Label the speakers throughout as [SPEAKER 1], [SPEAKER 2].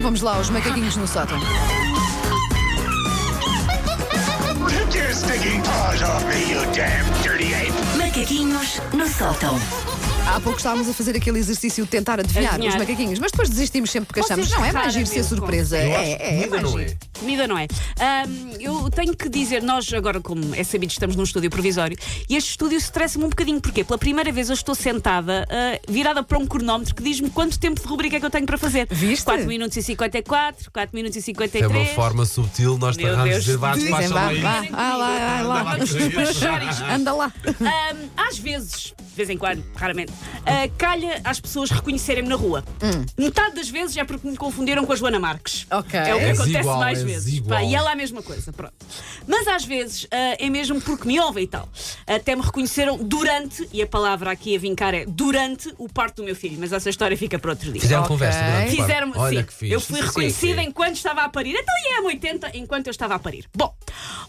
[SPEAKER 1] Vamos lá, os macaquinhos no sótão.
[SPEAKER 2] Take your stinking paws off me, you damn dirty ape!
[SPEAKER 3] Macaquinhos no sótão.
[SPEAKER 1] Há pouco estávamos a fazer aquele exercício de tentar adivinhar,
[SPEAKER 4] Adivinhar.
[SPEAKER 1] os macaquinhos, mas depois desistimos sempre porque
[SPEAKER 4] Vocês
[SPEAKER 1] achamos não é mais giro
[SPEAKER 4] raramente
[SPEAKER 1] ser surpresa.
[SPEAKER 4] conseguem.
[SPEAKER 1] É, é, é mais
[SPEAKER 5] não é.
[SPEAKER 1] giro.
[SPEAKER 4] Comida não é. Ahm, eu tenho que dizer, nós agora, como é sabido, estamos num estúdio provisório e este estúdio estressa-me um bocadinho, porque pela primeira vez eu estou sentada, ah, virada para um cronómetro que diz-me quanto tempo de rubrica é que eu tenho para fazer.
[SPEAKER 1] Viste?
[SPEAKER 4] 4 minutos e 54, 4 minutos e
[SPEAKER 5] É
[SPEAKER 4] 53.
[SPEAKER 5] uma forma subtil, nós
[SPEAKER 4] Meu
[SPEAKER 5] tentamos
[SPEAKER 4] Deus.
[SPEAKER 5] dizer, vá,
[SPEAKER 1] Dizem,
[SPEAKER 5] despacham
[SPEAKER 1] vá,
[SPEAKER 5] aí.
[SPEAKER 1] vá, ah lá, ah lá.
[SPEAKER 5] Andava a correr.
[SPEAKER 1] Anda lá.
[SPEAKER 4] Ahm, às vezes, de vez em quando, raramente, ah, calha às pessoas reconhecerem-me na rua. Metade das vezes é porque me confundiram com a Joana Marques.
[SPEAKER 1] Ok.
[SPEAKER 4] É o que
[SPEAKER 1] És
[SPEAKER 4] acontece
[SPEAKER 5] igual,
[SPEAKER 4] mais
[SPEAKER 5] és
[SPEAKER 4] vezes.
[SPEAKER 5] igual.
[SPEAKER 4] Pá, e ela é a mesma coisa, pronto. Mas às vezes ah, é mesmo porque me ouvem e tal. Até me reconheceram durante, e a palavra aqui a vincar é durante o parto do meu filho, mas essa história fica para outro dia.
[SPEAKER 5] Fizeram
[SPEAKER 1] Ok.
[SPEAKER 5] conversa durante o parto.
[SPEAKER 4] Fizeram
[SPEAKER 5] Olha
[SPEAKER 4] sim.
[SPEAKER 5] que fixe.
[SPEAKER 4] Eu fui
[SPEAKER 5] Sim,
[SPEAKER 4] reconhecida
[SPEAKER 5] sim.
[SPEAKER 4] enquanto estava a parir. Então ia M80 enquanto eu estava a parir. Bom,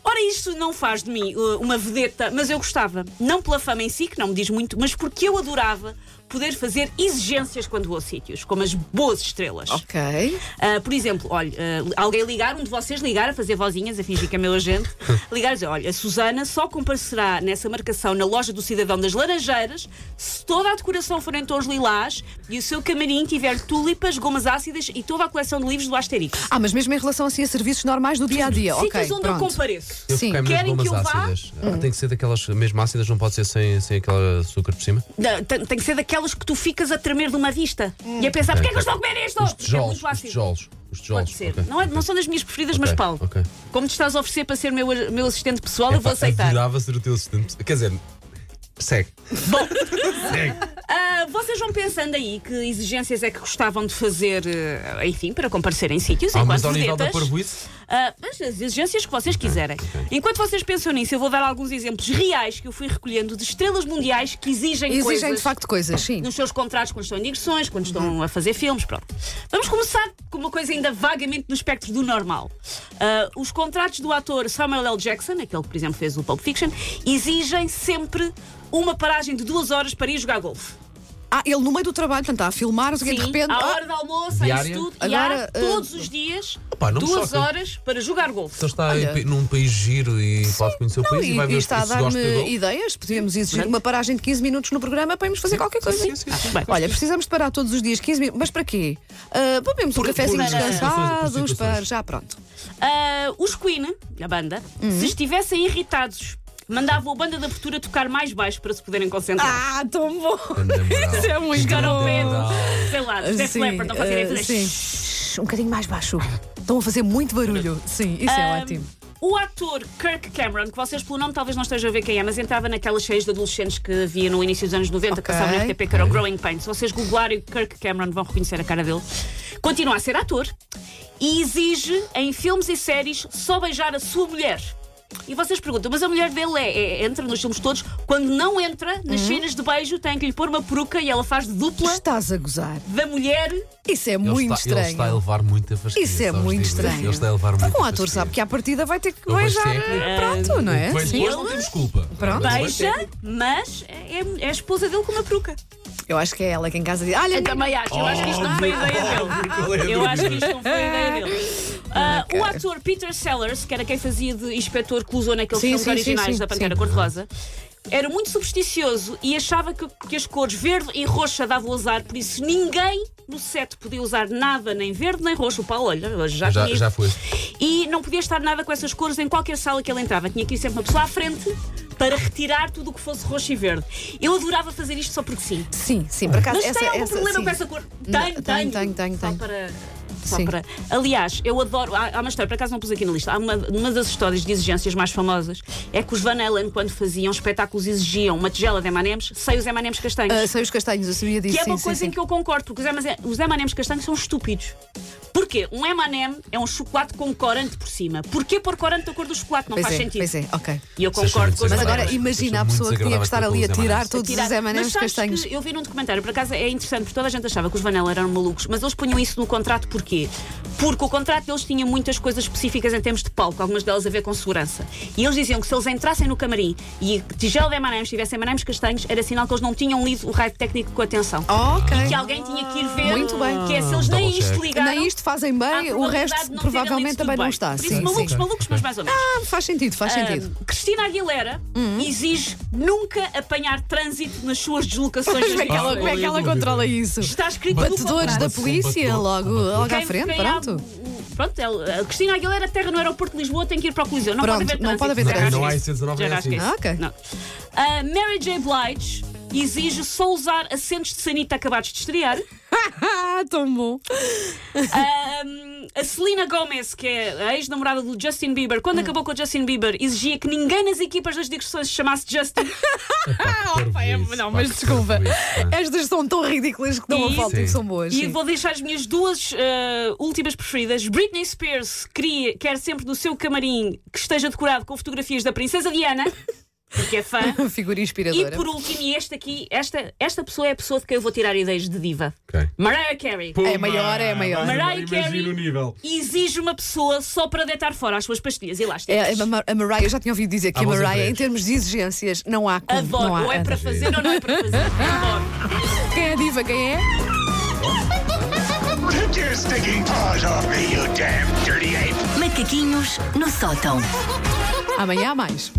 [SPEAKER 4] ora, isto não faz de mim uh, uma vedeta, mas eu gostava. Não pela fama em si, que não me diz muito, mas porque eu adorava poder fazer exigências quando vou a sítios, como as boas estrelas.
[SPEAKER 1] Ok.
[SPEAKER 4] Ah, por exemplo, olha, ah, alguém ligar, um de vocês ligar a fazer vozinhas, a fingir que é meu agente, ligar e dizer: olha, a Susana só comparecerá nessa marcação na loja do Cidadão das Laranjeiras se toda a decoração for em tons lilás e o seu camarim tiver tulipas, gomas ácidas e toda a coleção de livros do Asterix.
[SPEAKER 1] Ah, mas mesmo em relação assim a serviços normais do dia a
[SPEAKER 5] Ah,
[SPEAKER 1] dia. Ok,
[SPEAKER 4] Sítios onde eu
[SPEAKER 1] pronto.
[SPEAKER 4] compareço.
[SPEAKER 5] Eu
[SPEAKER 1] Sim.
[SPEAKER 5] fiquei mesmo
[SPEAKER 4] Querem
[SPEAKER 5] com
[SPEAKER 4] que
[SPEAKER 5] umas
[SPEAKER 4] eu vá?
[SPEAKER 5] ácidas. Ah,
[SPEAKER 1] Hum.
[SPEAKER 5] Tem que ser daquelas mesmo ácidas, não pode ser sem, sem aquele açúcar por cima.
[SPEAKER 4] Não, tem, tem que ser daquelas que tu ficas a tremer de uma vista e a pensar: porquê é que eu estou a comer isto?
[SPEAKER 5] Hum. Os
[SPEAKER 4] Porque
[SPEAKER 5] tijolos.
[SPEAKER 4] é muito
[SPEAKER 5] Os
[SPEAKER 4] ácido.
[SPEAKER 5] tijolos. Os tijolos.
[SPEAKER 4] Pode ser.
[SPEAKER 5] ok.
[SPEAKER 4] Não, é- não são das minhas preferidas, mas
[SPEAKER 5] Ok,
[SPEAKER 4] Paulo.
[SPEAKER 5] ok.
[SPEAKER 4] Como te estás a oferecer para ser meu, meu assistente pessoal, eu
[SPEAKER 5] Epá,
[SPEAKER 4] vou aceitar.
[SPEAKER 5] Adorava É ser o teu assistente. Quer dizer, segue.
[SPEAKER 4] Ah, vocês vão pensando aí que exigências é que gostavam de fazer, eh, enfim, para comparecer em sítios,
[SPEAKER 5] Ah, mas
[SPEAKER 4] enquanto
[SPEAKER 5] ao nível da
[SPEAKER 4] vedetas.
[SPEAKER 5] parvoíce,
[SPEAKER 4] Ah, mas as exigências que vocês quiserem.
[SPEAKER 5] ok.
[SPEAKER 4] Enquanto vocês pensam nisso, eu vou dar alguns exemplos reais que eu fui recolhendo de estrelas mundiais que exigem,
[SPEAKER 1] Exigem de
[SPEAKER 4] coisas
[SPEAKER 1] facto coisas, sim.
[SPEAKER 4] nos seus contratos quando estão em digressões, quando estão a fazer filmes, pronto. Vamos começar com uma coisa ainda vagamente no espectro do normal. Ah, os contratos do ator Samuel L. Jackson, aquele que, por exemplo, fez o Pulp Fiction, exigem sempre uma paragem de duas horas para ir jogar golfe.
[SPEAKER 1] Ah, ele no meio do trabalho, portanto, está a filmar, não sei o quê, de
[SPEAKER 4] Sim,
[SPEAKER 1] repente.
[SPEAKER 4] à
[SPEAKER 1] ah,
[SPEAKER 4] hora do almoço, a isso
[SPEAKER 5] Diária?
[SPEAKER 4] tudo. e há
[SPEAKER 1] Agora, ah,
[SPEAKER 4] todos os dias
[SPEAKER 5] Opa, não me
[SPEAKER 4] duas
[SPEAKER 5] choca.
[SPEAKER 4] horas para jogar golfe.
[SPEAKER 5] se ele então está em
[SPEAKER 1] Olha.
[SPEAKER 5] pa- num país giro e pode conhecer o
[SPEAKER 1] não,
[SPEAKER 5] país e,
[SPEAKER 1] e,
[SPEAKER 5] vai ver
[SPEAKER 1] e
[SPEAKER 5] se
[SPEAKER 1] está a
[SPEAKER 5] se gosta de
[SPEAKER 1] dar-me
[SPEAKER 5] golfe.
[SPEAKER 1] ideias. Podíamos exigir uma paragem de 15 minutos no programa para irmos fazer qualquer coisa.
[SPEAKER 5] Né? sim, sim, sim.
[SPEAKER 4] Bem,
[SPEAKER 1] Ah, Olha, precisamos de parar todos os dias 15 minutos. Mas para quê? Ah, bebemos um cafezinho
[SPEAKER 5] por
[SPEAKER 1] descansados
[SPEAKER 5] situações, por situações.
[SPEAKER 1] para já pronto.
[SPEAKER 4] ah, os Queen, a banda,
[SPEAKER 1] Uhum.
[SPEAKER 4] se estivessem irritados, mandavam a banda de abertura tocar mais baixo para se poderem concentrar.
[SPEAKER 1] Ah, tão bom!
[SPEAKER 5] Grande moral.
[SPEAKER 1] Isso é muito
[SPEAKER 4] Chegar ao
[SPEAKER 1] bom.
[SPEAKER 4] pé do-
[SPEAKER 5] Não.
[SPEAKER 4] sei lá, do Def
[SPEAKER 1] Ah. Sim,
[SPEAKER 4] Leppard, não fazem
[SPEAKER 1] eh,
[SPEAKER 4] ideia
[SPEAKER 1] sim.
[SPEAKER 4] fazer
[SPEAKER 1] Shhh, Um bocadinho mais baixo. Estão a fazer muito barulho. Sim, isso é
[SPEAKER 4] Ahm,
[SPEAKER 1] ótimo.
[SPEAKER 4] O ator Kirk Cameron, que vocês pelo nome talvez não estejam a ver quem é, mas entrava naquelas cheias de adolescentes que havia no início dos anos 90, que
[SPEAKER 1] Ok.
[SPEAKER 4] passavam na RTP, que era o Growing Pains. Se vocês googlarem o Kirk Cameron, vão reconhecer a cara dele. Continua a ser ator e exige, em filmes e séries, só beijar a sua mulher. E vocês perguntam, mas a mulher dele é, é- entra nos filmes todos, quando não entra
[SPEAKER 1] Uhum.
[SPEAKER 4] nas cenas de beijo, tem que lhe pôr uma peruca e ela faz de dupla
[SPEAKER 1] Estás a gozar.
[SPEAKER 4] da mulher.
[SPEAKER 1] Isso é
[SPEAKER 5] Ele
[SPEAKER 1] muito
[SPEAKER 5] está- Ele
[SPEAKER 1] estranho.
[SPEAKER 5] está a levar muita fasquia.
[SPEAKER 1] Isso é
[SPEAKER 5] só vos
[SPEAKER 1] muito
[SPEAKER 5] digo.
[SPEAKER 1] estranho.
[SPEAKER 5] Ele está a levar muita
[SPEAKER 1] um ator
[SPEAKER 5] fasquia.
[SPEAKER 1] sabe que à partida vai ter que
[SPEAKER 5] Não vai
[SPEAKER 1] beijar.
[SPEAKER 5] ser.
[SPEAKER 1] eh, Pronto, não é?
[SPEAKER 5] Foi
[SPEAKER 1] Sim.
[SPEAKER 5] depois, não temos culpa.
[SPEAKER 1] Pronto.
[SPEAKER 5] Mas
[SPEAKER 4] Beija, mas é, é a esposa dele com uma peruca.
[SPEAKER 1] Eu acho que é ela que em casa diz: Olha,
[SPEAKER 4] Eu também acho, eu acho que isto não foi ideia
[SPEAKER 5] é
[SPEAKER 4] dele. Eu acho que isto não foi ideia dele. Ah, o ator Peter Sellers, que era quem fazia de inspetor Clouseau naqueles
[SPEAKER 1] Sim,
[SPEAKER 4] filmes
[SPEAKER 1] sim,
[SPEAKER 4] originais
[SPEAKER 1] sim, sim,
[SPEAKER 4] da Pantera
[SPEAKER 1] sim.
[SPEAKER 4] Cor-de-Rosa, era muito supersticioso e achava que, que as cores verde e roxa davam azar, por isso ninguém no set podia usar nada, nem verde nem roxo. O Paulo, olha, hoje já,
[SPEAKER 5] Já,
[SPEAKER 4] comigo.
[SPEAKER 5] já foi.
[SPEAKER 4] E não podia estar nada com essas cores em qualquer sala que ele entrava. Tinha que ir sempre uma pessoa à frente para retirar tudo o que fosse roxo e verde. Eu adorava fazer isto só porque sim.
[SPEAKER 1] Sim, sim, por acaso
[SPEAKER 4] Mas
[SPEAKER 1] essa,
[SPEAKER 4] tem algum
[SPEAKER 1] essa,
[SPEAKER 4] problema
[SPEAKER 1] sim.
[SPEAKER 4] com essa cor?
[SPEAKER 1] Não,
[SPEAKER 4] Tenho,
[SPEAKER 1] tenho, tenho,
[SPEAKER 4] tenho.
[SPEAKER 1] tenho,
[SPEAKER 4] Só
[SPEAKER 1] tenho.
[SPEAKER 4] para. Só
[SPEAKER 1] Sim.
[SPEAKER 4] para... Aliás, eu adoro. Há, há uma história, por acaso não pus aqui na lista. Há uma, uma das histórias de exigências mais famosas é que os Van Halen, quando faziam espetáculos, exigiam uma tigela de M&M's sem os M&M's castanhos.
[SPEAKER 1] Ah, sei os castanhos, eu sabia disso.
[SPEAKER 4] que é
[SPEAKER 1] sim,
[SPEAKER 4] uma
[SPEAKER 1] sim,
[SPEAKER 4] coisa
[SPEAKER 1] sim.
[SPEAKER 4] em que eu concordo, porque os M&M's é- os M&M's castanhos são estúpidos. Porquê? Um M&M é um chocolate com corante por cima. Porquê pôr corante da cor do chocolate? Não
[SPEAKER 1] Pois
[SPEAKER 4] faz
[SPEAKER 1] é,
[SPEAKER 4] sentido.
[SPEAKER 1] pois é, ok.
[SPEAKER 4] E eu concordo com os
[SPEAKER 1] Mas
[SPEAKER 5] Mas
[SPEAKER 1] agora
[SPEAKER 5] agora,
[SPEAKER 1] imagina a
[SPEAKER 5] muito
[SPEAKER 1] pessoa que tinha que
[SPEAKER 5] desagradável
[SPEAKER 1] estar
[SPEAKER 5] com
[SPEAKER 1] ali a
[SPEAKER 5] os
[SPEAKER 1] tirar
[SPEAKER 5] M&Ms.
[SPEAKER 1] todos os
[SPEAKER 4] tirar. Mas
[SPEAKER 1] M&M's
[SPEAKER 4] sabes
[SPEAKER 1] castanhos.
[SPEAKER 4] que eu vi num documentário, por acaso é interessante, porque toda a gente achava que os Vanella eram malucos, mas eles punham isso no contrato porquê? Porque o contrato deles tinha muitas coisas específicas em termos de palco, algumas delas a ver com segurança. E eles diziam que se eles entrassem no camarim e tigela de M&M's tivesse M&M's castanhos, era sinal que eles não tinham lido o raio técnico com atenção.
[SPEAKER 1] Ok.
[SPEAKER 4] Que alguém tinha que ir ver.
[SPEAKER 1] Muito bem.
[SPEAKER 4] Que é se eles nem
[SPEAKER 5] Double
[SPEAKER 4] isto
[SPEAKER 5] check.
[SPEAKER 4] ligaram.
[SPEAKER 1] Nem isto fazem
[SPEAKER 4] há
[SPEAKER 1] bem, o
[SPEAKER 4] probabilidade
[SPEAKER 1] resto
[SPEAKER 4] de não terem lido
[SPEAKER 1] provavelmente
[SPEAKER 4] tudo
[SPEAKER 1] também não
[SPEAKER 4] bem.
[SPEAKER 1] está.
[SPEAKER 4] Por isso,
[SPEAKER 1] Sim,
[SPEAKER 4] malucos,
[SPEAKER 1] sim.
[SPEAKER 4] malucos, mas mais ou menos.
[SPEAKER 1] Ah, faz sentido, faz sentido.
[SPEAKER 4] Ah, Cristina Aguilera
[SPEAKER 1] Hum.
[SPEAKER 4] exige nunca apanhar trânsito nas suas deslocações.
[SPEAKER 1] Mas como é que ela, como é que ela controla isso?
[SPEAKER 4] Está escrito no
[SPEAKER 1] Batedores da
[SPEAKER 4] contrato.
[SPEAKER 1] polícia, logo, logo à
[SPEAKER 4] Quem-
[SPEAKER 1] frente,
[SPEAKER 4] quem há-
[SPEAKER 1] pronto.
[SPEAKER 4] Pronto, ela- a Cristina Aguilera aterra no aeroporto de Lisboa, tem que ir para o Coliseu. Não
[SPEAKER 1] Pronto,
[SPEAKER 4] pode haver
[SPEAKER 1] não pode haver
[SPEAKER 4] trânsito.
[SPEAKER 1] trânsito.
[SPEAKER 5] Não há IC19
[SPEAKER 4] Já
[SPEAKER 5] nem há
[SPEAKER 4] rasquei
[SPEAKER 5] IC.
[SPEAKER 4] isso.
[SPEAKER 1] Ah, ok.
[SPEAKER 4] Não. Ah, Mary J. Blige exige só usar assentos de sanita acabados de estrear.
[SPEAKER 1] Ah, tão bom.
[SPEAKER 4] Um, a Selena Gomez, que é a ex-namorada do Justin Bieber,
[SPEAKER 1] Hum.
[SPEAKER 4] quando acabou com o Justin Bieber, exigia que ninguém nas equipas das digressões se chamasse Justin. Ah, é-
[SPEAKER 1] não, mas desculpa.
[SPEAKER 5] tá?
[SPEAKER 1] Estas são tão ridículas que não a
[SPEAKER 4] E-
[SPEAKER 1] falta que
[SPEAKER 5] Sim.
[SPEAKER 1] são boas.
[SPEAKER 4] e
[SPEAKER 1] sim.
[SPEAKER 4] vou deixar as minhas duas eh, últimas preferidas. Britney Spears queria, quer sempre no seu camarim que esteja decorado com fotografias da Princesa Diana, porque é fã.
[SPEAKER 1] Uma figura
[SPEAKER 4] E
[SPEAKER 1] inspiradora.
[SPEAKER 4] por último, e esta aqui, esta, esta pessoa é a pessoa de quem eu vou tirar ideias de diva.
[SPEAKER 5] Ok.
[SPEAKER 4] Mariah Carey.
[SPEAKER 1] É maior, é maior.
[SPEAKER 4] Mariah Carey
[SPEAKER 6] Imagina o nível.
[SPEAKER 4] exige uma pessoa só para deitar fora as suas pastilhas elásticas.
[SPEAKER 1] É, a Mar- a Mariah, eu já tinha ouvido dizer que
[SPEAKER 5] Há
[SPEAKER 1] a
[SPEAKER 5] bons
[SPEAKER 1] Mariah, em
[SPEAKER 5] empregos.
[SPEAKER 1] termos de exigências, não há como.
[SPEAKER 4] Adoro,
[SPEAKER 1] não há.
[SPEAKER 4] ou é para fazer ou não é para fazer. Adoro.
[SPEAKER 1] Quem é a diva? Quem é?
[SPEAKER 2] Take your stinking paws off me, you damn dirty ape!
[SPEAKER 3] Macaquinhos no sótão.
[SPEAKER 1] Amanhã há mais.